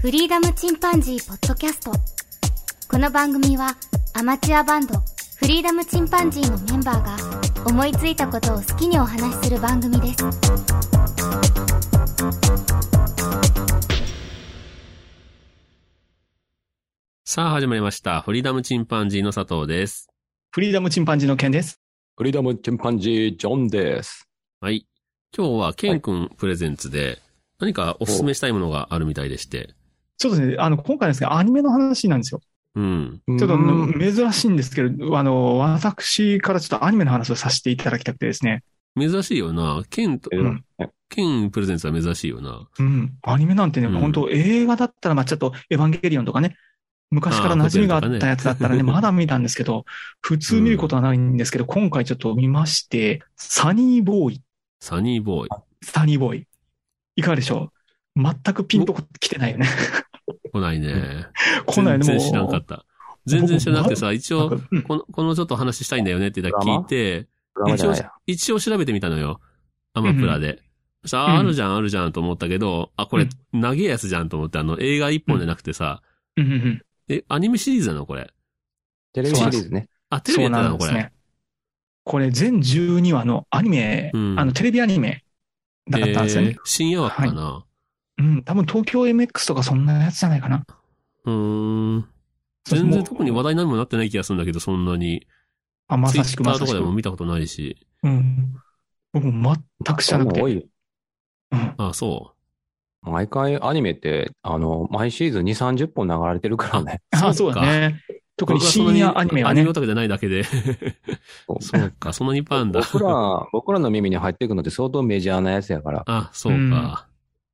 フリーダムチンパンジーポッドキャストこの番組はアマチュアバンドフリーダムチンパンジーのメンバーが思いついたことを好きにお話しする番組ですさあ始まりました。フリーダムチンパンジーの佐藤です。フリーダムチンパンジーの件です。フリーダムチンパンジー、ジョンです。はい。今日はケン君プレゼンツで何かおすすめしたいものがあるみたいでして。ちょっとね、あの、今回ですね、アニメの話なんですよ。うん。ちちょっとあの、珍しいんですけど、あの、私からちょっとアニメの話をさせていただきたくてですね。珍しいよな。ケンと、うんケンプレゼンツは珍しいよな。うん。アニメなんてね、うん本当映画だったら、まあちょっと、エヴァンゲリオンとかね、昔から馴染みがあったやつだった あーホテらルね、とかねまだ見たんですけど、普通見ることはないんですけど、今回ちょっと見まして、サニーボーイ、サニーボーイ。サニーボーイ。いかがでしょう全くピンとこ来てないよね。 来ないね。来ないね、も全然う。知らんかった。全然知らなくて さ、一応、うんこの、このちょっと話したいんだよねってだけ聞いて、ドラマじゃない一応、一応調べてみたのよ。アマプラで。そしたらあうんあるじゃん、あるじゃんと思ったけど、あ、これ、長えやつじゃんと思って、あの、映画一本じゃなくてさ、うんうんうんえ、アニメシリーズなのこれ。テレビシリーズね。あ、テレビそやうってたなんのでこすれ。ね。これ全12話のアニメ、うんあのテレビアニメだったんですよえねー。深夜枠かな。うん、多分東京 MX とかそんなやつじゃないかな。うーん。全然特に話題にもなってない気がするんだけど、そんなに。あ、まツイさしッくタまーさとしかでくも。見たことないし。うん。僕も全く知らなくて。多うんいあ、そう。毎回アニメって、あの、毎シーズン2、30本流れてるからね。あ、そそううかだね。特に僕はそんな深に夜アニメはアニねメオ。タクじゃないだけで。 そうか、そんなにいっぱいあんだ。僕ら、僕らの耳に入っていくのって相当メジャーなやつやから。あ、そうか。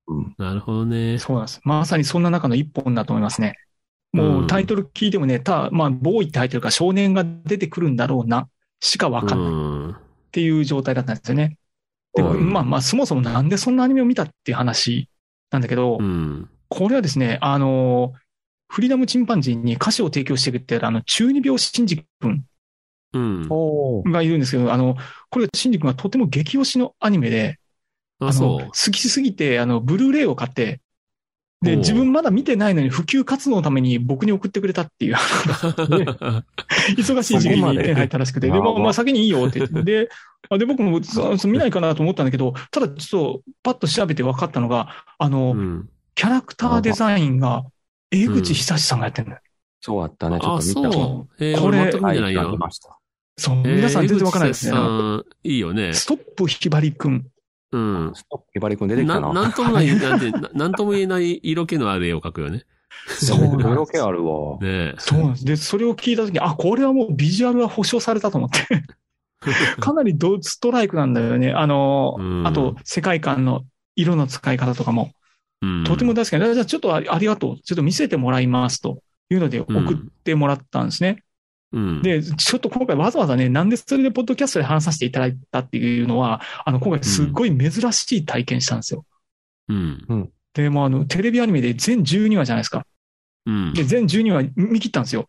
うん。なるほどね。そうなんです。まさにそんな中の一本だと思いますね。もうタイトル聞いてもね、た、まあ、ボーイって入ってるから少年が出てくるんだろうな、しかわかんないっうん。ていう状態だったんですよね。でうんまあまあ、そもそもなんでそんなアニメを見たっていう話なんだけど、うん。これはですね、あの、フリーダムチンパンジーに歌詞を提供してくれてるあの、中二病新次君うん。おがいるんですけど、あの、これ、新次君がとても激推しのアニメで、あ、の、そう好。きすぎて、あの、ブルーレイを買って、おうで、自分まだ見てないのに普及活動のために僕に送ってくれたっていう、忙しい時期そこまにで手に入ったらしくて、で、まあまあ、ままあ、あ先にいいよって 言って、で、あで僕もそそ見ないかなと思ったんだけど、ただちょっと、パッと調べて分かったのが、あの、 うんキャラクターデザインが、江口久志さんがやってるのよ。そうあったね。ちょあ、っと見た。そう。えー、これ俺全く見はてい、ないあより。ました。そう、えー皆さん全然わからないですね江口。さんいいよね。ストップひばりくん。うん。ストップ、ひばりくん出てきなたん、な。なんともない、なんて、ななんとも言えない色気のある絵を描くよね。そうなんです色気あるわ。 ねえ。そうなんです。で、それを聞いたときに、あ、これはもうビジュアルは保証されたと思って。かなりドストライクなんだよね。あの、うんあと、世界観の色の使い方とかも、うんとても確かに、じゃあちょっとありありがとう。ちょっと見せてもらいますと。いうので送ってもらったんですね。うん、で、ちょっと今回わざわざね、なんでそれでポッドキャストで話させていただいたっていうのは、あの、今回すっごい珍しい体験したんですよ。うん。で、もうあの、テレビアニメで全12話じゃないですか。うん。で、全12話見切ったんですよ。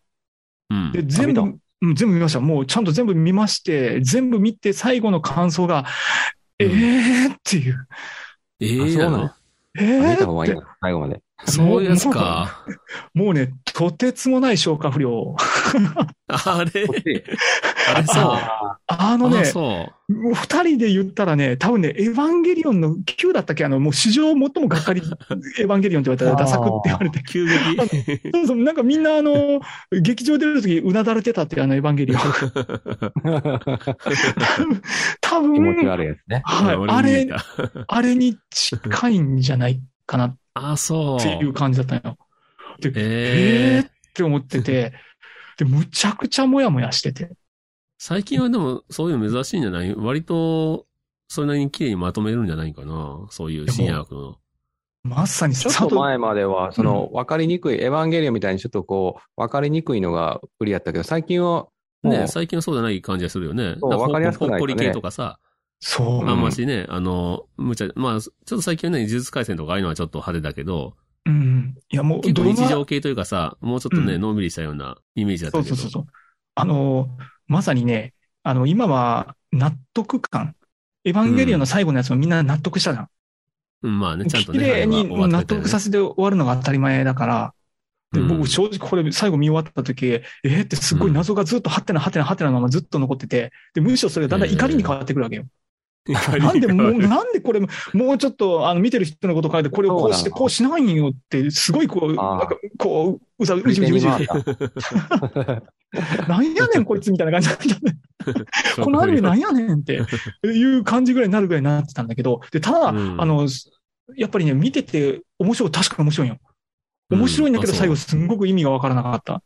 うんで、全部、あう見ん全部見ました。もうちゃんと全部見まして、全部見て最後の感想が、えうんーっていう。ええあそうなのえー見ってた方がいいな、最後まで。そういうやつか。もう。もうね、とてつもない消化不良。あれこっち。あれそう。 ああのあね、そ二人で言ったらね、多分ね、エヴァンゲリオンの Q だったっけあの、もう史上最もがっかり、エヴァンゲリオンって言われたらダサくって言われてう。。急激。そうそう、なんかみんなあの、劇場出るときうなだれてたっていうあのエヴァンゲリオン。ー多気持ち分、悪いやつね。はい俺、もあ見れ、たあれに近いんじゃないかなあ、そう。っていう感じだったのよ。で、えーええって思ってて、で、むちゃくちゃもやもやしてて。最近はでも、そういうの珍しいんじゃない割と、それなりに綺麗にまとめるんじゃないかなそういう深夜枠の。まさにちょ佐っと藤前までは、その、わかりにくい、エヴァンゲリオンみたいにちょっとこう、わかりにくいのが売りやったけど、最近は、もねう、最近はそうじゃない感じがするよね。そうなんわかりやすくないほっとこねり系とかさ、そう。あんましね、あの、無茶、まあ、ちょっと最近はね、呪術回戦とかああいうのはちょっと派手だけど、うん。いや、もう、結構動画日常系というかさ、もうちょっとね、うんのんびりしたようなイメージだっそたうけそど。うそうそう。あの、まさにね、あの、今は納得感。エヴァンゲリオンの最後のやつもみんな納得したじゃん。うん、まあね、ちゃんと綺ね、麗にあれは終わ納っててね得させて終わるのが当たり前だから、でうん僕正直これ最後見終わった時、えーってすごい謎がずっとハテナハテナハテナのままずっと残ってて、で、むしろそれがだんだん怒りに変わってくるわけよ。なんでもう、なんでこれ、もうちょっと、あの、見てる人のことを書いて、これをこうしそうて、なのこうしないんよって、すごいこう、あーなんか、こう、うざ、うじうじうにじ、回なったんやねん、こいつみ たいな感じだったね このアニ メなんやねんっていう感じぐらいになるぐらいになってたんだけど、で、ただ、うんあの、やっぱりね、見てて面白い、確かに面白いんよ。面白いんだけど、うんあそう最後すんごく意味がわからなかった。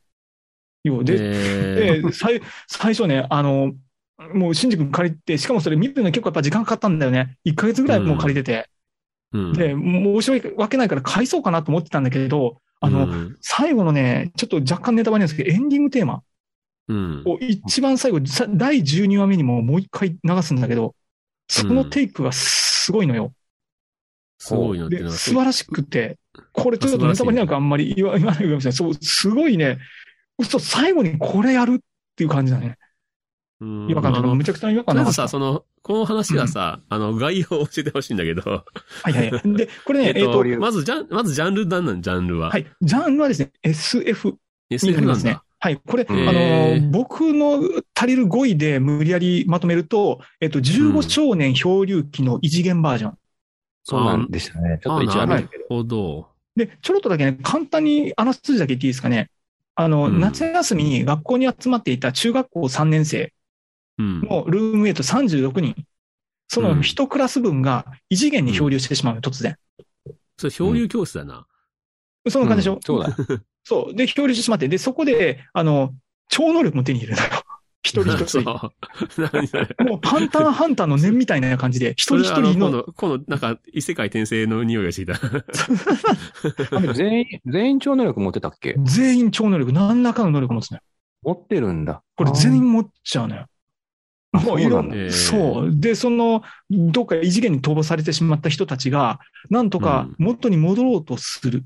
ようで、えで、最、最初ね、あの、もう、シンジ君借りて、しかもそれ見るのに結構やっぱ時間かかったんだよね。1ヶ月ぐらいもう借りてて。ー、で、もう面白いわけないから返そうかなと思ってたんだけど、あの、うん、最後のね、ちょっと若干ネタバレなんですけど、エンディングテーマうんを一番最後、さ第12話目にももう一回流すんだけど、そのテイクがすごいのよ。すごいなっていうので、は素晴らしくて、これちょっとネタバレなんかあんまり言わ言 わないでください。そう、すごいね、嘘、最後にこれやるっていう感じだね。うん違和感とあか、のむちゃくちゃな違和と感りあなえかずったさ、。その、この話はさ、あの、概要を教えてほしいんだけど、、はいはいはい。で、これね えっ、と、えっとまず、じゃん、まずジャンルなんなん、ジャンルは。。はいい、ジャンルはですね、SF にな SF りまなんすねだ。。はい、これ、あうの、ん僕の足りる語彙で無理やりまとめると、えっと、15少年漂流記の異次元バージョン。そうなんでしたね。ちょっと一あ応な歩いるてけど。ほど。で、ちょろっとだけね、簡単にあらすじだけ言っていいですかね。あの、うん夏休みに学校に集まっていた中学校3年生うん。のルームメイト36人。その一クラス分が異次元に漂流してしまうの、突然。それ、漂流教室だな。そんな感じでしょ、うんそうだね。そう。で、漂流してしまって、で、そこで、あの、超能力も手に入れる のよ。一人一そう人。。何 それ。もう、ハンターハンターの念みたいな感じで、一人一人今の、度、今度、なんか、異世界転生の匂いがしてきた。全員、全員超能力持ってたっけ全員超能力、何らかの能力持つのよ。持ってるんだ。これ全員持っちゃうのよ。もういろそうなんんだへーそう。で、その、どっか異次元に逃亡されてしまった人たちが、なんとか元に戻ろうとする、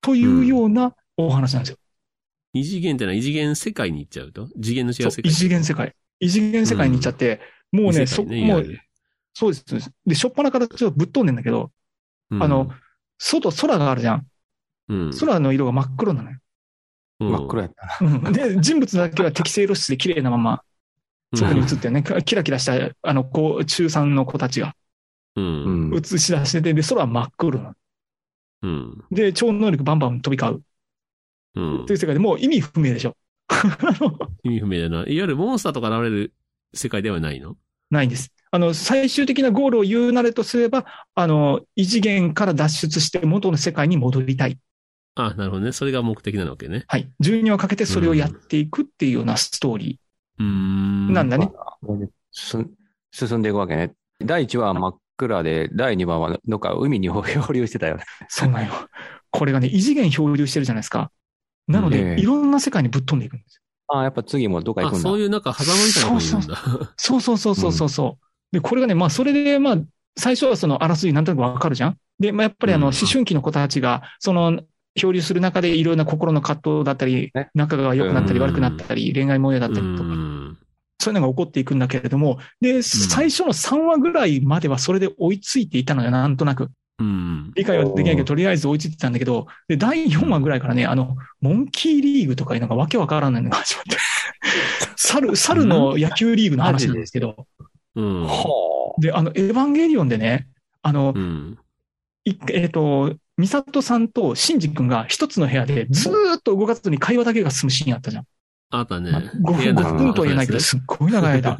というようなお話なんですよ。異次元ってのは異次元世界に行っちゃうと次元の違そうう世界。異次元世界。異次元世界に行っちゃって、もうね、異世そ、界も、いうそうですそうです。で、しょっぱなからちょっとぶっ飛んでんだけど、うんあの、外、空があるじゃん。うん、空の色が真っ黒なのよ。うん真っ黒やったな。うんで、人物だけは適正露出で綺麗なまま、そこに映ってるね、キラキラした、あの、こう、中3の子たちがうん。ううん。ん。映し出してて、で、空は真っ黒なの。うん。で、超能力バンバン飛び交ううんっていう世界でもう意味不明でしょ。 あの意味不明だな。いわゆるモンスターとか現れる世界ではないのないんです。あの、最終的なゴールを言うなれとすれば、あの、異次元から脱出して元の世界に戻りたい。あ、なるほどね。それが目的なわけね。はい。12話かけてそれをやっていくっていうようなストーリうーん。ーなんだね。す進んでいくわけね。第1話は真っ暗で、第2話はどっか海に漂流してたよね。そうなんよ。これがね、異次元漂流してるじゃないですか。なのえで、えいろんな世界にぶっ飛んでいくんですよ。ああ、やっぱ次もどっか行あ、くんだそう。いうなんか狭間みたいなのがいるんだ。そうそうそうそうそうそう。で、これがね、まあ、それで、まあ、最初はその争いなんとなくわかるじゃん。で、まあ、やっぱりあの、うん思春期の子たちが、その、漂流する中でいろんな心の葛藤だったりね、仲が良くなったりうん悪くなったり、恋愛模様だったうりとか、ん。そういうのが起こっていくんだけれども、で、最初の3話ぐらいまではそれで追いついていたのよ、なんとなく。うん。理解はできないけおーど、とりあえず追いついてたんだけど、で、第4話ぐらいからね、あの、モンキーリーグとかいうのがわけわからないのが始まって、 猿、猿の野球リーグの話なんですけど、うん。はで、あの、エヴァンゲリオンでね、あのう、ん。いえっ、と、ミサトさんとシンジ君が一つの部屋でずーっと動かずに会話だけが進むシーンあったじゃん。あったね。 5分、部屋の中5分とは言えないけど、すっごい長い間。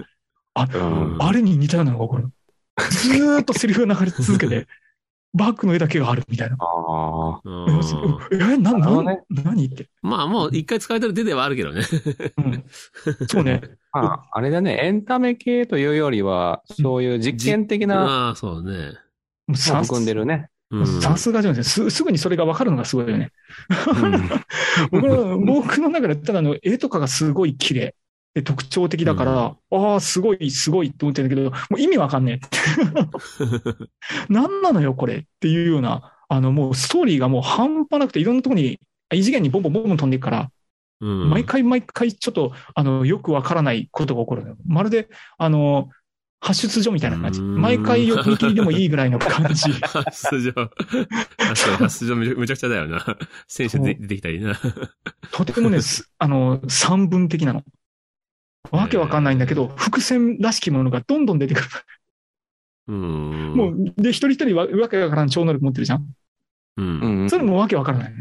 あ。うん。あれに似たようなのが起こる。ずーっとセリフが流れ続けて、バックの絵だけがあるみたいな。ああ。うんえ、な、なるほなどね、何って。まあもう一回使えてる手ではあるけどね。うん。そうね。まあ、あれだね、エンタメ系というよりは、そういう実験的な、まあそうね。もうもさう含んでるね。うん。さすがじゃないですかすすぐにそれが分かるのがすごいよね。僕の僕の中で、ただあの絵とかがすごい綺麗で特徴的だから、ああ、すごい、すごいって思ってるんだけど、もう意味わかんねえって。何なのよ、これっていうような、あのもうストーリーがもう半端なくて、いろんなとこに、異次元にボンボンボンボン飛んでいくから、うん毎回毎回ちょっと、あの、よくわからないことが起こるのよ。まるで、あの、発出所みたいな感じ。うーん毎回読み切りでもいいぐらいの感 じ。発出場。確かに発出場めちゃめちゃくちゃだよな。選手で出てきたりな。とてもね、すあの、散文的なの。わけわかんないんだけど、伏線らしきものがどんどん出てくる。うん。もう、で、一人一人わわけわからん超能力持ってるじゃん。う。うん んうん。それもわけわからない。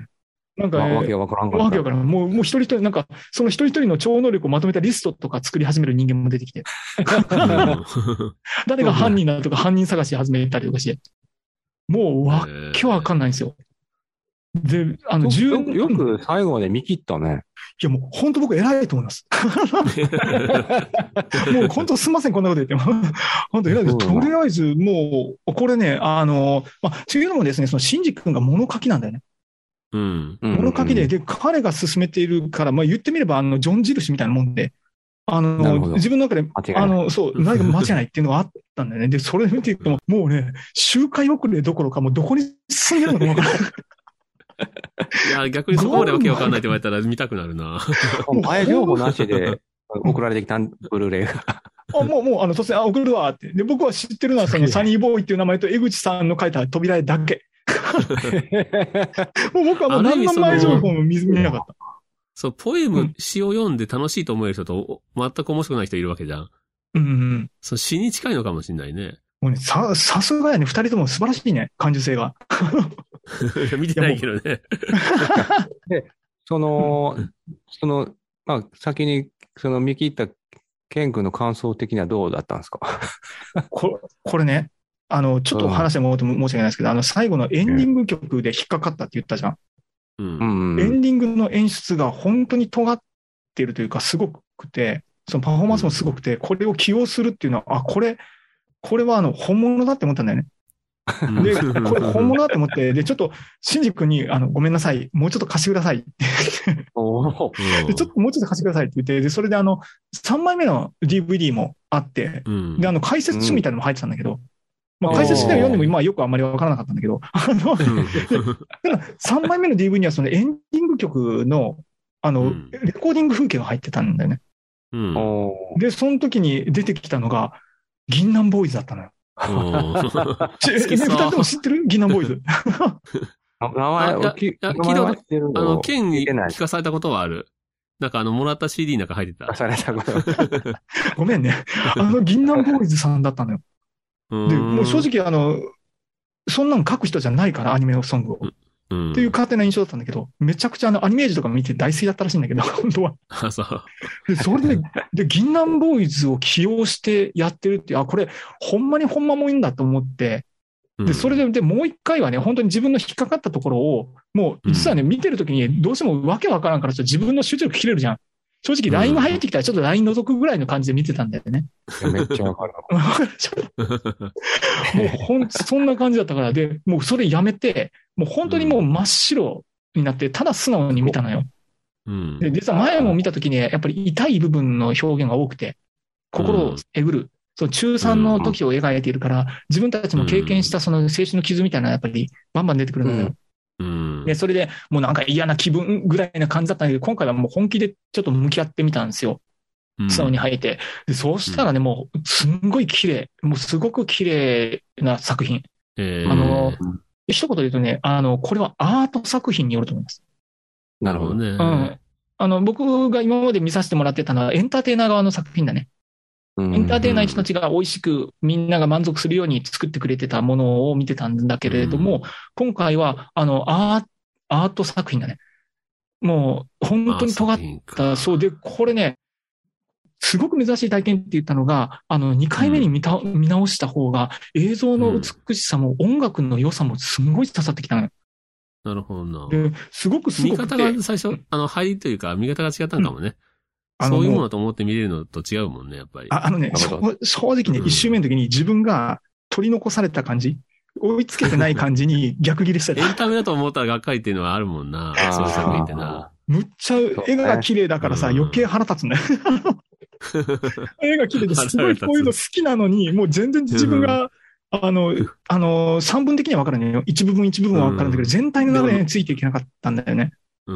なんか、わね、わけがわからんかわっけわたからん。もう、もう一人一人、なんか、その一人一人の超能力をまとめたリストとか作り始める人間も出てきて、誰が犯人だとか犯人探し始めたりとかして、もうわっけわかんないんですよ。で、あの、よ10くよく最後まで見切ったね。いやもう本当僕偉いと思い ます。もう本当すみません、こんなこと言っても。本当偉いです。そうなのとりあえずもう、これね、あの、まあ、というのもですね、その、シンジ君が物書きなんだよね。うん。うんうん物書きで、で、彼が進めているから、まあ、言ってみれば、あの、ジョン印みたいなもんで、あなるの、ほど自分の中で、間違いないあの、そう、何か間違いないっていうのはあったんだよね。で、それ見ていくと、もうね、周回遅れどころか、もうどこに進んでるのか 分からない。いや、逆にそこまでわけわかんないって言われたら見たくなるな。もう前情報なしで送られてきたブルーレイが。あもう、もう、あの、突然、あ、送るわって。で、僕は知ってるのは、その、サニーボーイっていう名前と、江口さんの書いた扉絵だけ。 もう僕はもうある意味何のその前情報も見見なかった。そう、ポエム、詩を読んで楽しいと思える人と、お全く面白くない人いるわけじゃん。うんうん。そう、詩に近いのかもしんないね。 もうね、さ、さすがやね、二人とも素晴らしいね、感受性が。いや見てないけどね。その、その、まあ、先に、その見切ったケン君の感想的にはどうだったんですかここれね、あの、ちょっと話してもらうと申し訳ないですけど、あの、最後のエンディング曲で引っかかったって言ったじゃん。う。うんん。エンディングの演出が本当に尖ってるというか、すごくて、そのパフォーマンスもすごくて、これを起用するっていうのは、あ、これ、これはあの、本物だって思ったんだよね。 で、これ本物だと思って、で、ちょっと、シンジ君に、あの、ごめんなさい、もうちょっと貸してくださいって、おーうでんちょっともうちょっと貸してくださいって言って、で、それであの、3枚目の DVD もあって、うん。で、あの、解説書みたいなのも入ってたんだけど、まあ、おー解説書を読んでも、まあ、よくあんまりわからなかったんだけど、あの、ただ3枚目の DV には、そのエンディング曲の、あうのん、レコーディング風景が入ってたんだよね。うん。うんおで、その時に出てきたのが、銀杏ボーイズだったのよ。 ちえ好きそう二人とも知ってる銀杏ボーイ ズ。ー名前あいやをきいや名前は聞いたこと知ってるあの、県聞いにてない聞かされたことはある。なんかあの、もらった CD なんか入ってた出。されたことは。ごめんね。あの、銀杏ボーイズさんだったのよ。でで、もう正、直、あの、そんなの書く人じゃないから、アニメソングを。うんっていう。勝手な印象だったんだけど、めちゃくちゃあの、アニメージュとか見て大好きだったらしいんだけど、本当は。あ、そう。で、それで、で、銀杏ボーイズを起用してやってるっていう、あ、これ、ほんまにほんまもいいんだと思って、うで、んそれ、で、で、もう一回はね、本当に自分の引っかかったところを、もう、実はね、見てるときに、どうしてもわけわからんから、ちょっと自分の集中力切れるじゃん。正直、LINE が入ってきたら、ちょっと LINE 覗くぐらいの感じで見てたんだよ ね。いやめっちゃわかる。ちょっともうほん、そんな感じだったから、で、もうそれやめて、もう本当にもう真っ白になって、ただ素直に見たのよ。うん。で、実は前も見たときに、やっぱり痛い部分の表現が多くて、心をえぐる。その中3の時を描いているから、自分たちも経験したその青春の傷みたいなのがやっぱりバンバン出てくるのよ。うん。で、それでもうなんか嫌な気分ぐらいな感じだったんだけど、今回はもう本気でちょっと向き合ってみたんですよ。うん素直に。吐いて。で、そうしたらね、もう、すんごい綺麗。もうすごく綺麗な作品。えーあの、一言で言うとね、あの、これはアート作品によると思います。なるほどね。ね。うん。あの、僕が今まで見させてもらってたのはエンターテイナー側の作品だね。うんエンターテイナーの人たちが美味しくみんなが満足するように作ってくれてたものを見てたんだけれども、今回は、あの、アーアート作品だね。もう、本当に尖っだたそうで、これね、すごく珍しい体験って言ったのが、あの、2回目に見た、見直した方が、映像の美しさも音楽の良さもすんごい刺さってきたのよ。なるほどな。ですごくす見ごく方て、が最初、あの、入りというか、見方が違ったんかもね。あのそういうももうのと思って見れるのと違うもんね、やっぱり。ああのね、なるほそう正直ね、うん一周目の時に自分が取り残された感じ、追いつけてない感じに逆ギレしてエンた。タメだと思ったらがっかりっていうのはあるもんな。あーそういう作品って な。むっちゃ絵が綺麗だからさ、うん余計腹立つんだよ。絵が綺麗ですごいこういうの好きなのに、もう全然自分が、あの、あの、三分的には分かるんだよ。一部分一部分は分かるんだうけんど、全体の流れについていけなかったんだよね。う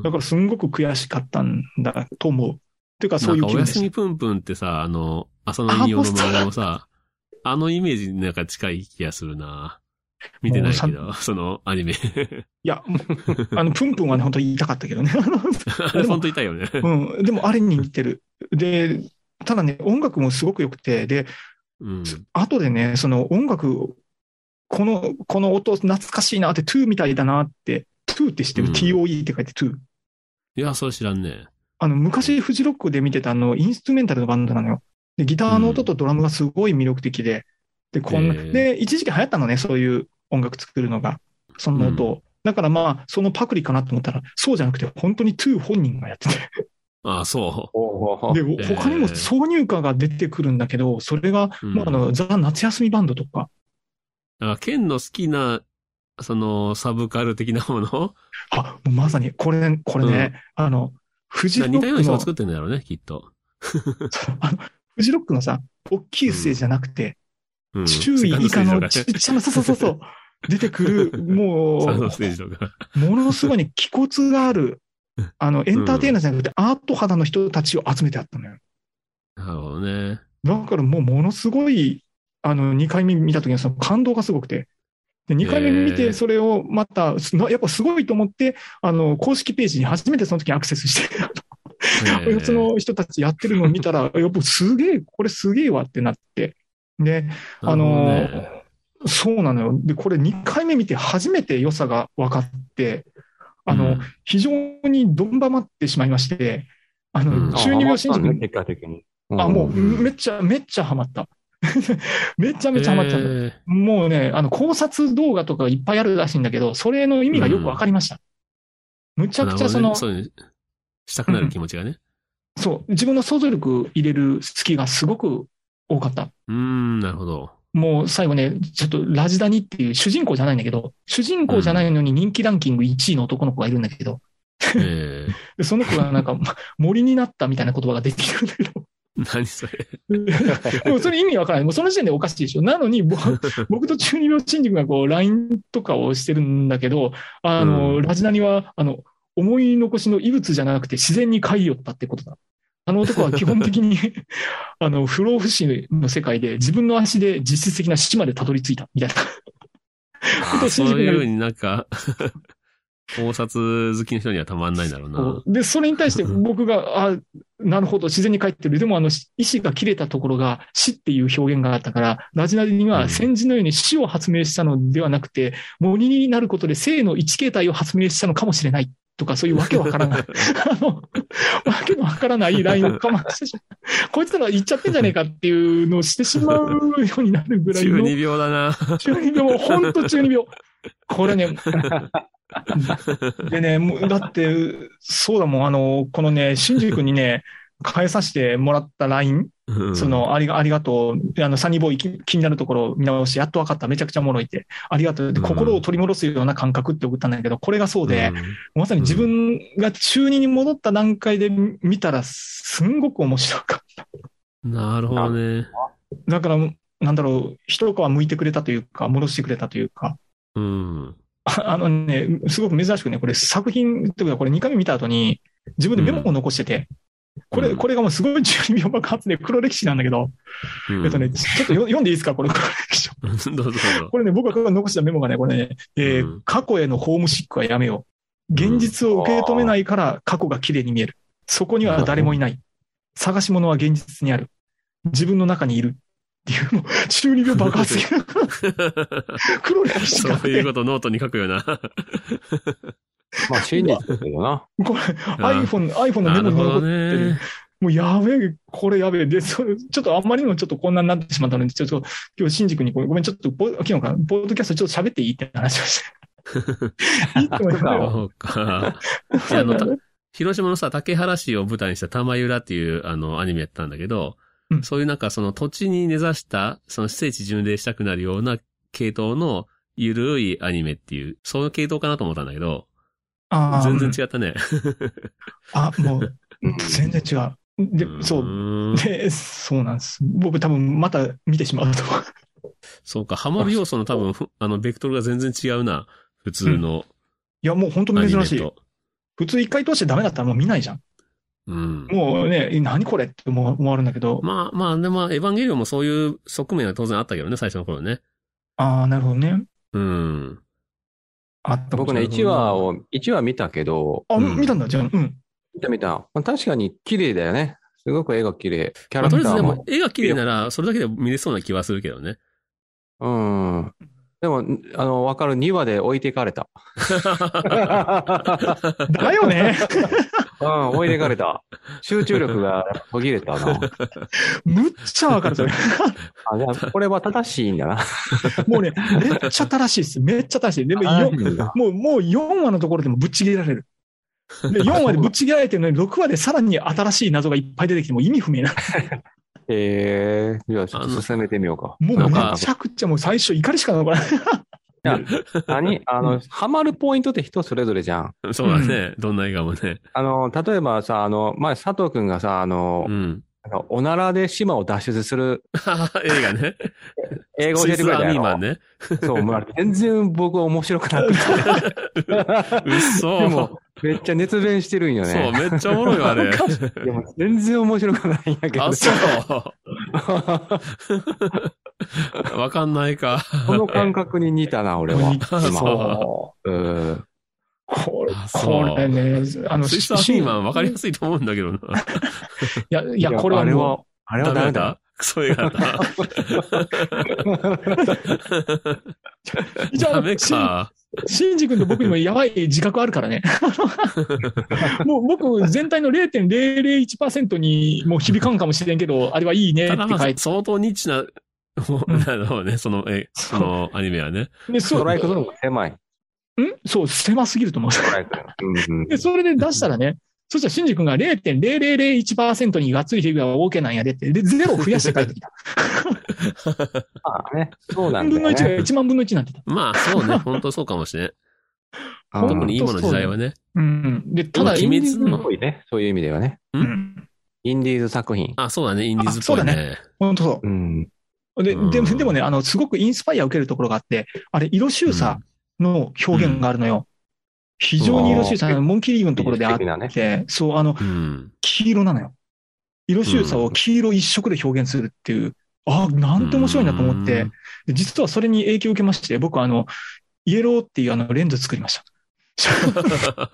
んだ。からすんごく悔しかったんだと思う。ていうか、そなうんいうか、気お分やですす。みぷんぷんってさ、あの、浅野美代の漫画もさ、あのイメージになんか近い気がするな。見てないけど、そのアニメ。いや、もうあの、プンプンはね、本当に痛かったけどね。あれ本当痛いよね。うん、でもあれに似てる。で、ただね、音楽もすごく良くて、で、うん。後でね、その音楽、この、この音懐かしいなって、トゥーみたいだなって、トゥーって知ってる、うん TOE って書いてトゥー。いや、それ知らんね。あの、昔フジロックで見てたあの、インストゥメンタルのバンドなのよ。で、ギターの音とドラムがすごい魅力的で、で、こんな、へーで、一時期流行ったのね、そういう音楽作るのが、その音を。だからまあ、そのパクリかなと思ったら、そうじゃなくて、本当にトゥー本人がやってて。ああ、そおで、ーー他にも挿入歌が出てくるんだけど、それが、う。うんもうあの、ザ・夏休みバンドとか、だから、ケンの好きな、その、サブカル的なものあ、もうまさに、これ、これね、あの、フジロ似たッようなク人のが、作ってんだろうね、きっと。あの、フジロックのさ、大きいステージじゃなくて、うん。周囲以下のちっちゃな、そうそうそ うそう、出てくる、もサンうドス、テージとか。ものすごいね、気骨がある、あの、エンターテイナーじゃなくて、アート肌の人たちを集めてあったのよ。なるほど ね。だからもう、ものすごい、あの、2回目見た時のその感動がすごくて、で2回目見へて、ーそれをまた、すなやっぱすごいと思って、あの、公式ページに初めてその時にアクセスして、ええその人たちやってるのを見 たら、やっぱすげえ、これすげえわってなって。で、あのなるほどねそうなのよ。で、これ2回目見て初めて良さが分かって、あの、うん非常にどんばまってしまいまして、あの、うん中二病信じあハマったねる。結果的に。あ、もう、うんめっちゃ、めっちゃハマった。 めっちゃめちゃハマった。ええもうね、あの、考察動画とかいっぱいあるらしいんだけど、それの意味がよく分かりました。むちゃくちゃそなる、のほどねそういうしたくなる気持ちがね。そう、自分の想像力入れる隙がすごく多かった。うーん、なるほ ど。もう最後ね、ちょっとラジダニっていう主人公じゃないんだけど、主人公じゃないのに人気ランキング1位の男の子がいるんだけど、ええでその子がな んかま森になったみたいな言葉が出てくるんだけど、何それ。で もそれ意味わからない。もうその時点でおかしいでしょ。なのに、 ぼ僕と中二病新宿がこう、LINE とかをしてるんだけど、あの、うんラジナニは、あの、思い残しの異物じゃなくて自然に買いよったってことだ。あの男は基本的に、 あの、不老不死の世界で自分の足で実質的な死までたどり着いた、みたいな。ああ そういうふうになんか、考察好きの人にはたまんないんだろうな。で、それに対して僕が、あ、なるほど、自然に帰ってる。でも、あの、意志が切れたところが死っていう表現があったから、ラジナリにうはん先人のように死を発明したのではなくて、森になることで生の一形態を発明したのかもしれない。とか、そういうわけわから ない。あの、わけのわからないラインをかましてしまう。こいつら言っちゃってんじゃねえかっていうのをしてしまうようになるぐらいの中。二病だな。中二病、ほんと中二病。こ れね、でね、もうだって、そうだもん、あの、このね、新宿にね、変えさせてもらった LINE、うんそ、の、ありが、ありがとう、あの、サニーボーイ気気になるところを見直して、やっと分かった、めちゃくちゃおもろいって、ありがとうって、うん心を取り戻すような感覚って送ったんだけど、これがそうで、うんまさに自分が中二に戻った段階で見たら、すんごく面白かった。なるほどね。だから、なんだろう、一皮向いてくれたというか、戻してくれたというか、うん。 ああのね、すごく珍しくね、これ作品というか、これ2回目見た後に、自分でメモを残してて、こうれ、んこれがもうすごい中二 病爆発で黒歴史なんだけど、うんえっとね、ちょっとよ読んでいいですか、これ、黒歴史を。どうぞ どうぞ。これね、僕が残したメモがね、これね、えーうん過去へのホームシックはやめよう。現実を受け止めないから過去が綺麗に見える。そこには誰もいない。探し物は現実にある。自分の中にいる。っていう、もう、中二病爆発的な黒歴史があ っそういうて、ことノートに書くような。まあ、真実だけどな。これ、iPhone、iPhone のなメモるほに残どってるね。もうやべえ、これやべえ。で、それ、ちょっとあんまりにもちょっとこんなになってしまったので、ちょっと今日、新宿にごめん、ごめん、ちょっとポ、昨日から、ポッドキャストちょっと喋っていいって話 をして。いいって思いますよそうか。いやあのた広島のさ、竹原市を舞台にした玉浦っていうあのアニメやったんだけど、うんそういうなんかその土地に根ざした、その聖地巡礼したくなるような系統のゆるいアニメっていう、そういう系統かなと思ったんだけど、あー全然違ったね。あ、もう、 うん全然違う。で、そう。うーんで、そうなんです。僕多分また見てしまうと。 そうか、ハマる要素の多分、ふあの、ベクトルが全然違うな。普通のいや、もう本当アにニメ珍しい。と。普通一回通してダメだったらもう見ないじゃん。うん。もうね、え何これって思わ思われるんだけど、まあまあ、でも、エヴァンゲリオンもそういう側面は当然あったけどね、最初の頃ね。ああ、なるほどね。うん。あった僕ね、ね、なるほど1話を、一話見たけど、あ、うん見たんだ、じゃあ。うん。見た見た。まあ確かに綺麗だよね。すごく絵が綺麗。キャまあ、ラとクりあタえずでーも。も、絵が綺麗なら、それだけで見れそうな気はするけどね。うん。でも、あの、わかる。2話で置いていかれた。だよ ね。うん、置いていかれた。集中力が途切れたな。むっちゃわかる、それ。あじゃあこれは正しいんだな。もうね、めっちゃ正しいです。めっちゃ正しい。でも、よ正しいんだもう、もう4話のところでもぶっちぎれられる。で、4話でぶっちぎられてるのに、6話でさらに新しい謎がいっぱい出てきて、もう意味不明な。ええじゃあちょっと進めてみようか。もうなん かめちゃくちゃ、もう最初怒りしか残らない。何あの、ハマるポイントって人それぞれじゃん。そうだね。どんな映画もね。あの、例えばさ、あの、前佐藤くんがさ、あのう、ん。 なんかおならで島を脱出する映画ね。英語を教えてくれたスイスアーミーやマろンね。そう、もうあれ全然僕は面白くなくて。うっ そでも、めっちゃ熱弁してるんよそう、ね。めっちゃおもろいわ、あ れ。でも全然面白くないんやけど。あ、そう。わかんないか。この感覚に似たな、俺は。今。そううんこれあ、そうこれね、あの、スイスアーミーマンわかりいやすいと思うんだけどな。や、いや、これはあれもは、あれはダメだ。クソ映画だ。 う、一応ダあメの、シンか。シンジ君と僕にもやばい自覚あるからね。 もう僕、全体の0.001%にもう響かんかもしれんけど、あれはいいねったてだま書あい、て。相当ニッチな、もうなるほどね、その、え、そのアニメはね。でスそ トうライクゾーンが狭い。んそう、狭すぎると思ス トう。ライク。うんうんで、それで出したらね、そしたらシンジ君が0.0001%にがっつり響くは OK なんやでって、で、ゼロを増やして帰ってきた。まあね、そうなん1だ分のよ1がね。 1万分の1になってた。まあ、そうね。本当そうかもしれん。うん特に今の時代はね。うん。で、ただ、今鬼滅の多いね。そういう意味ではね。うん。インディーズ作品。あ、そうだね。インディーズっぽいあそうだね。本当そう。うん。で、うんでもでもね、あの、すごくインスパイアを受けるところがあって、あれ、色修作の表現があるのよ。非常に色修作、あのモンキーリーグのところであっなね。て、そう、あの、うん。黄色なのよ。色修作を黄色一色で表現するっていう、ああ、なんて面白いなと思って、で実はそれに影響を受けまして、僕はあの、イエローっていうあのレンズ作りま した。ちょ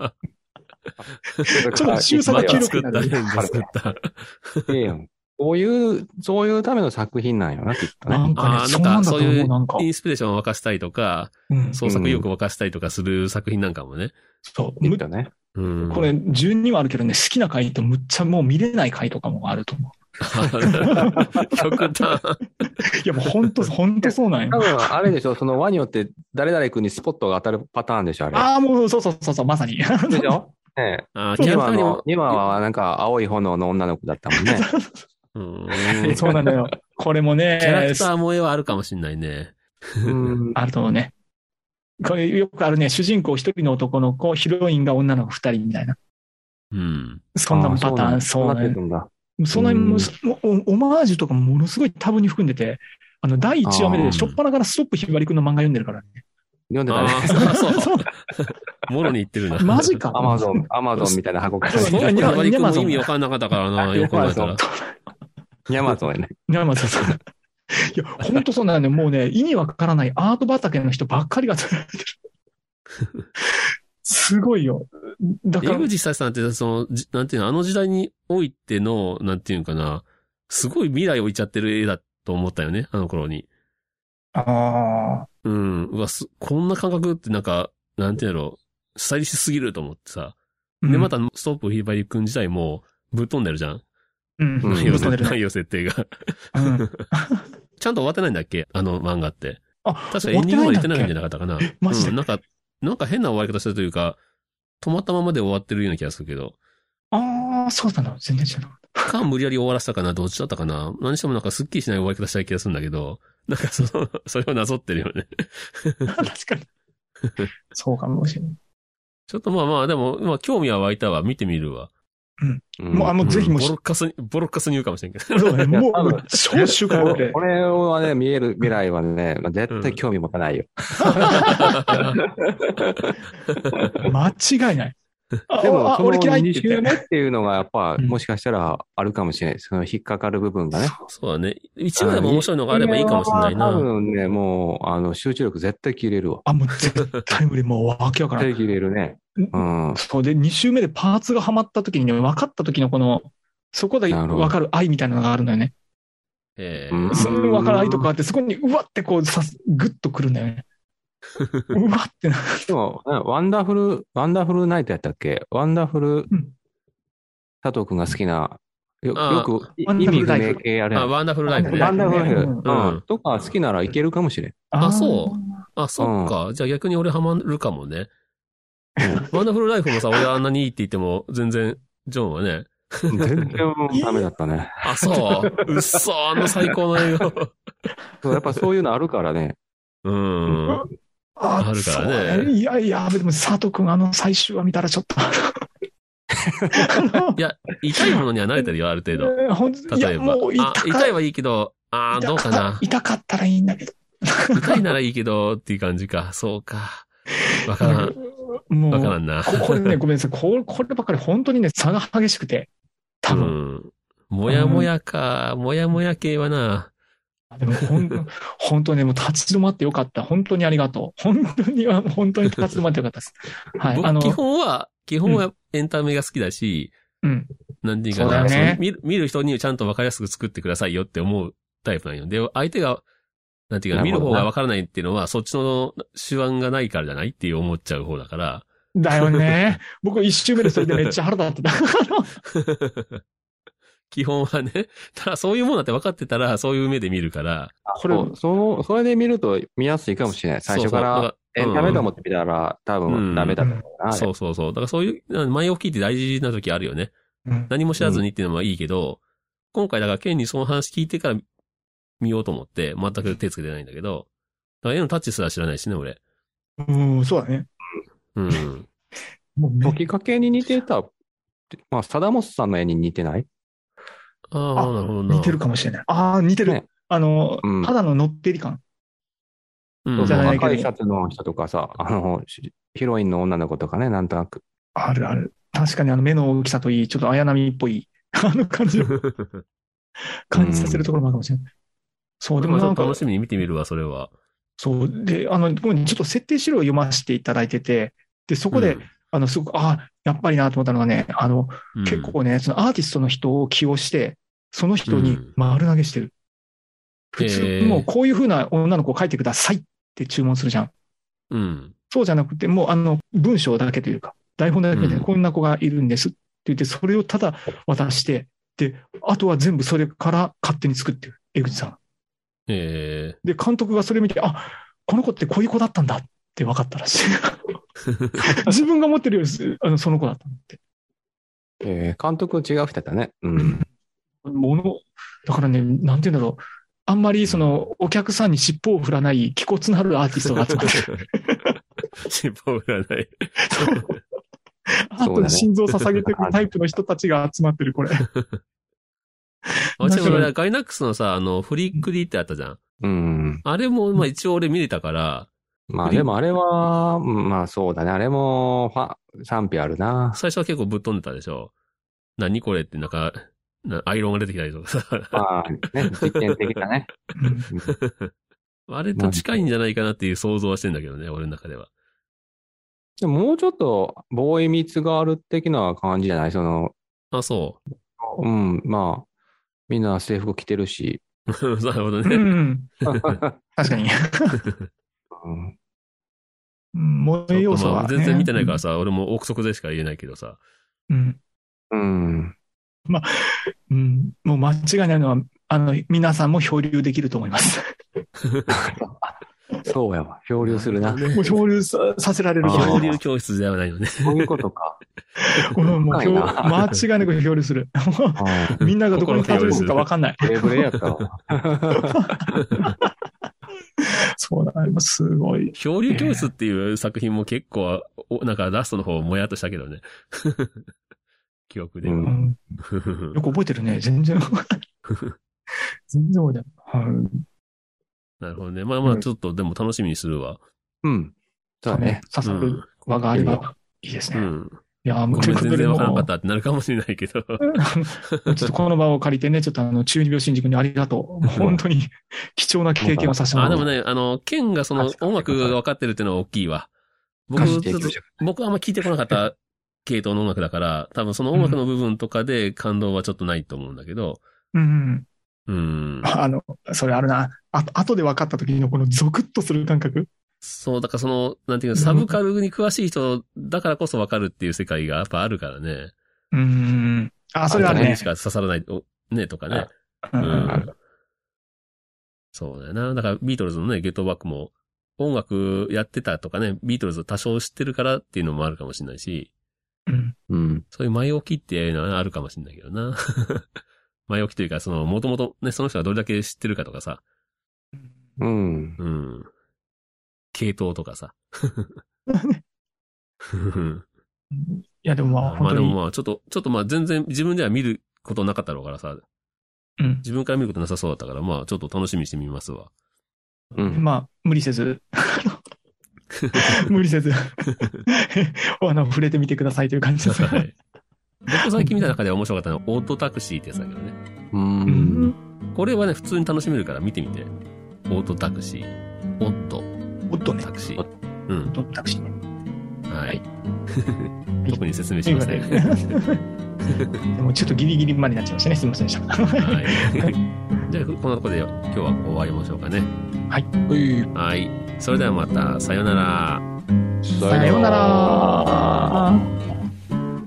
っと修作まがた黄色作った、レンズ作った。そういう、そういうための作品なんよな、きっとなね。んあかね、ーそんなんだとなんかそうい思うう、なんかイ。ンスピレーションを沸かしたりとか、うん、創作意欲を沸かしたりとかする作品なんかもね。そう。きっむとね。うん。 これ、12はあるけどね、好きな回とむっちゃもう見れない回とかもあると思う。極端。いや、もう本 当、本当そうなんよ多。分、あれでしょ、その輪によって誰々君にスポットが当たるパターンでしょ、あれ。ああ、もう、そうそうそうそう、まさに。でしょねあーえ。キャラ2クタ話ーにのも、。今はなんか青い炎の女の子だったもんうね。ん そうなんだよ。これもねキャラク、ター萌えはあるかもしんないね。うん。あると思うね。これよくあるね、主人公一人の男の子、ヒロインが女の子二人みたいな。うん。そんなパターン、あそうななんだんなってくんだ。そんなにもうおオマージュとかものすごい多分に含んでて、あの、第1話目あーで、しょっぱなからストップひばりくんの漫画読んで るからね。読んでたねあ。あ、そうそう。 そうもろに言ってるな。マジか。アマゾン、アマゾンみたいな箱から。そうそういひやばりくんもいや意味わかんなかったからな、よく考えたら。ヤマゾンやね。いや、まあ、そうそう。いや、本当そうなんだよ。もうね、意味わからないアート畑の人ばっかりが集められてる。すごいよ。だから江、口久志さんって、その、じなんていうの、あの時代においての、なんていうのかな、すごい未来を置いちゃってる絵だと思ったよね、あの頃に。ああ、うん。うわ、すこんな感覚ってなんか、なんていうんだろう、スタイリッシュすぎると思ってさ。で、また、ストップひばりくん自体も、ぶっ飛んでるじゃん。うん、んうん、内ぶ容っ飛ん設定、でる内ね。容設定が。うんちゃんと終わってないんだっけあの漫画って。あ 確かエンディングまで行ってないんじゃ終なかったかな。マジでうん、なんか、なんか変な終わり方したというか、止まったままで終わってるような気がするけど。ああ、そうだな。全然知らなかっか、無理やり終わらせたかな、どっちだったかな。何してもなんかスッキリしない終わり方したい気がするんだけど、 なんかその、それをなぞってるよね。た。確 かに。そうかもしれない。ちょっとまあまあ、でも、まあ興味は湧いたわ。見てみるわ。もう、あ、もうぜひもう、ボそロカスに、ボロカスに言うかもしれんけど。うだね。もう多分もう、超 週間遅れこ。れはね、見える未来はね、 まあ絶対興味持たないよ。 間違いない。あでも、あその俺嫌いって2言周っ目て。っていうのが、やっぱ、うんもしかしたらあるかもしれないです。その引っかかる部分がね。 そうだね。一話でも面白いのがあればいいかもしれない多な。分ね、もう、あの、集中力絶対切れるわ。あ、もう絶対無理。もうわけわから絶対ん。切れるね。うん。そうで、2周目でパーツがはまった時にね、分かった時のこの、そこでなるほど分かる愛みたいなのがあるんだよね。えうんーその分かる愛とかあって、そこにうわってこうさす、ぐっとくるんだ よね。うわってな。でも、ねワンダフル、ワンダフルナイトやったっけワンダフルうん、佐藤くんが好きな、よあーよくいワン意ダフル味不ライフ明系あれやあ、んワンダフルライフね。ワンダフルライフ。うんうん。とか好きならいけるかも しれん。あーそあ、そっか。じゃあ逆に俺ハマるかもね。ワンダフルライフもさ、俺あんなにいいって言っても、全然、ジョンはね。全然ダメだったね。あ、そう。うっそー、あの最高の映 画。そうやっぱそういうのあるからね。うん。ああるからねそういやいや、でも佐藤君、あの最終話見たら ちょっと。いや、痛いものには慣れてるよ、ある程度。ほんとい例えや、ばもう。痛あか、痛いはいいけど、あーどうかな。痛かったらいいんだけど。痛いならいいけど、っていう感じか。そうか。わからん。もわからう、んな。こ これね、ごめんなさい。ここればっかり本当にね、差が激しくて。多う分。ん。もやもやか、もやもや系はな。でもほん、本当ね、もう立ち止まってよかった。本当にありがとう。本当に、あの本当に立ち止まってよかったです。はい。あ僕、の基、本は、基本はエンタメが好きだし、うん。なんていうかそうだな、よそねの見る見る人にちゃんと分かりやすく作ってくださいよって思うタイプなんよ。で、相手が、なんていうか、な見るるほど方なが分からないっていうのは、そっちの手腕がないからじゃないっていう思っちゃう方だから。だよね。僕、一周目でそれでめっちゃ腹立ってた。基本はね、 ただそういうもんだって分かってたら、そういう目で見るから。これ、そうその、それで見ると見やすいかもしれない。最初からエンタメと思ってみたら多分ダメだったのかな。そうそうそう。だからそういう、前置きって大事な時あるよね。うん何も知らずにっていうのはいいけど、今回だからケンにその話聞いてから見ようと思って、全く手つけてないんだけど、だから絵のタッチすら知らないしね、俺。うん、そうだね。うん。もうめっ解きかけに似てたって、まあ、貞本さんの絵に似てないああ、 あなるほどな。似てるかもしれない。ああ、似てる。ねあの、うん肌ののってり感。うん。そうじそう ゃないけど赤いシャツの人とかさ、あの、しヒロインの女の子とかね、なんとなく。あるある。確かにあの目の大きさといい、ちょっと綾波っぽい、あの 感じを感じさせるところもあるかもしれない。そう、でもまあちなょっんとか、楽しみに見てみるわ、それは。そう、で、あの、ごめんちょっと設定資料を読ませていただいてて、で、そこで、うんあの、すごく、あやっぱりなと思ったのがね、あの、結、構ね、そのアーティストの人を起用して、その人うにん丸投げしてる。へ普ー通、もうこういう風な女の子を描いてくださいって注文するじゃん。うん。うんそうじゃなくて、もうあの文章だけというか、台本だけでうんこんな子がいるんですって言って、それをただ渡して、で、あとは全部それから勝手に作ってる、江口さん。え で、監督がそれ見て、あこの子ってこういう子だったんだって分かったらしい。 自分が持ってるより、あのその子だったんだって。えー監督違う人だったね。 うん。もの、だからね、なんて言うんだろう。あんまりその、お客さんに尻尾を振らない、気骨のあるアーティストが 集まってる。ー。尻尾がない。アートに心臓を捧げてくタイプの人たちが集まって る、これ。あ、ちなみに面白俺ガイナックスのさ、あの、フリックリってあったじゃん。うん。あれも、まあ一応俺見れたから、まあでもあれは、うんまあそうだね。あれも、ファ、賛否あ るな。最初は結構ぶっ飛んでたでしょ。何これって、なんか、なアイロンが出てきたりとかさ。まあね、実験的だね。うんうんあれと近いんじゃないかなっていう想像はしてんだけどね、俺の中では。でももうちょっと、ボーイミツがある的な感じじゃないその、あ、そう。うん、まあ、みんな制服着てる し。 なるほどうね。ん、確かに。うんうん萌え要素まは、あね。全然見てないからさ、俺も憶測でしか言えないけどさ。うん。うん。うん。もう間違いないのは、あの、皆さんも漂流できると思います。そうやわ。漂流するな。ねもう漂流ささせられる。あー漂流教室ではないよ ね。そういうことか。うんもう漂深いな間違いなく漂流する。みんながどこに漂流するかわかんない。ブレブレやったわ。そうだ、ね、すごい。漂流教室っていう作品も結構、おなんかラストの方もやっとしたけどね。 記憶で。ううんん、よく覚えてるね。全然。全然覚えてない。はい なるほどね。まあまあ、ちょっとでも楽しみにするわ。うん。そうだね。刺さうるん。輪があればいいですうね。ん。いやー、もうごとめいん、うこと全で然わからなもかうったってなるかもしれないけど。ちょっとこの場を借りてね、ちょっとあの、中二病新宿にありがとう。もう本当 に貴重な経験をさせてもらあ、っでたもね、あの、ケンがその確かに音楽が分かってるっていうのは大きいわ。僕、歌詞ち提ょっと供者僕はあんま聞いてこなかった系統の音楽だから、 多分その音楽の部分とかで感動はちょっとないと思うんだけど、うん。うん。あの、それあるな。あと、後で分かった時のこのゾクッとする感覚。そう、だからその、なんていうの、サブカルに詳しい人だからこそ分かるっていう世界がやっぱあるからね。うん。あ、それはあるここにねし。か刺さらない、おね、とかね。ううんうんん。そうだよな。だからビートルズのね、ゲットバックも、音楽やってたとかね、ビートルズを多少知ってるからっていうのもあるかもしれないし、うん。うん。そういう前置きっていうのはあるかもしれないけどな。 前置きというか、その、もともとね、その人がどれだけ知ってるかとかさ、うん。うん。系統とかさ。 いや、でもまあ、ま本あ当でもに。まあ、ちょっと、ちょっとまあ全然自分では見ることなかったろうからさ、うん。自分から見ることなさそうだったから、まあちょっと楽しみにしてみます わ。うん。まあ、無理せ ず。無理せず。 あの、触れてみてくださいという感じ です。はい。僕最近見た中で面白かったのは、オートタクシーってやつだけどね。うん。これはね、普通に楽しめるから見てみて。オートタクシー、オットおっとねタ。クシー。うん。おっとタクシーね。はい。 特に説明しません。ということで でもちょっとギリギリまでになっちゃいましたね。すみませんでした。はい。じゃあ、こんなところで今日は終わりましょうかね。はいはい。それではまた、さようなら。さようなら。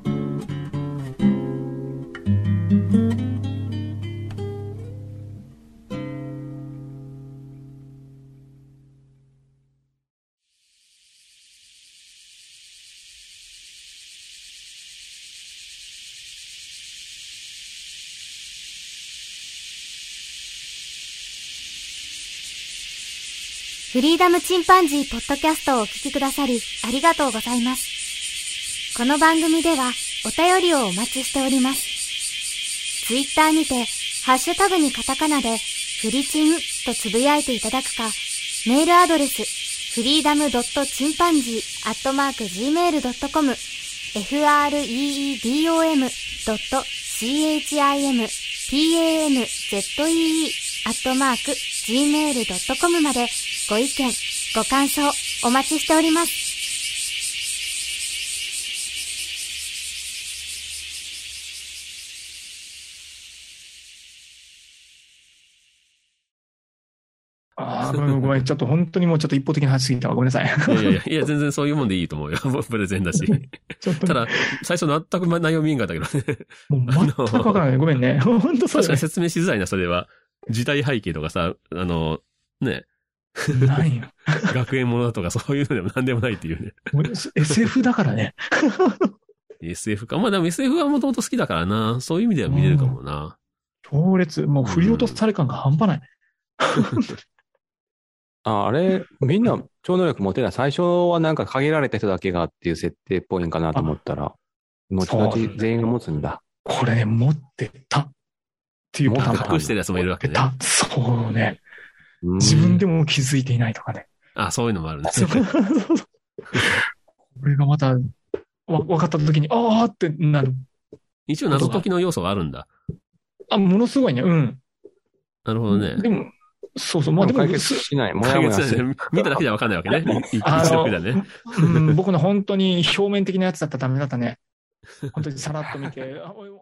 フリーダムチンパンジーポッドキャストをお聞きくださり、ありがとうございます。この番組では、お便りをお待ちしております。ツイッターにて、ハッシュタグにカタカナで、フリチンとつぶやいていただくか、メールアドレス、フリーダムドットチンパンジーアットマーク Gmail.com、freedom.chimpanzee アットマーク gmail.com までご意見、ご感想お待ちしております。ああ、ごめんごめん。ちょっと本当にもうちょっと一方的な話しすぎたわ。ごめんなさい。いやいやいや、いや全然そういうもんでいいと思うよ。 プレゼンだし。 ちょっとただ、最初全く内容見えんかったけどね。もう全くわからない。ごめんね。本当そ確うだかにね説明しづらいな、それは。時代背景とかさ、あの、ね、ないよ。学園ものだとかそういうのでも何でもないっていうね。もう SF だからね。 SF か。まあでも SF はもともと好きだからな。そういう意味では見れるかもな。強烈。もう振り落とされ感が半端ない。ああれ、みんな超能力持てない。最初はなんか限られた人だけがっていう設定っぽいんかなと思ったら、後々そう全員が持つんだ。これね、持ってたっていうパターン持もっ隠してるやつもいるわけね。た。そうね。うん自分でも気づいていないとかね。あ、そういうのもあるね。そう そうそうこれがまた、わ、分かった時に、ああってなる。一応謎解きの要素があるんだ。あ、ものすごいね。うん。なるほどね。でも、そうそう。まあででもも解、決 しない。もやも解や決すだる。ね見ただけじゃわかんないわけ ね。一あ一の目だね。うん、僕の本当に表面的なやつだったらダメだったね。本当にさらっと見て、あおいおい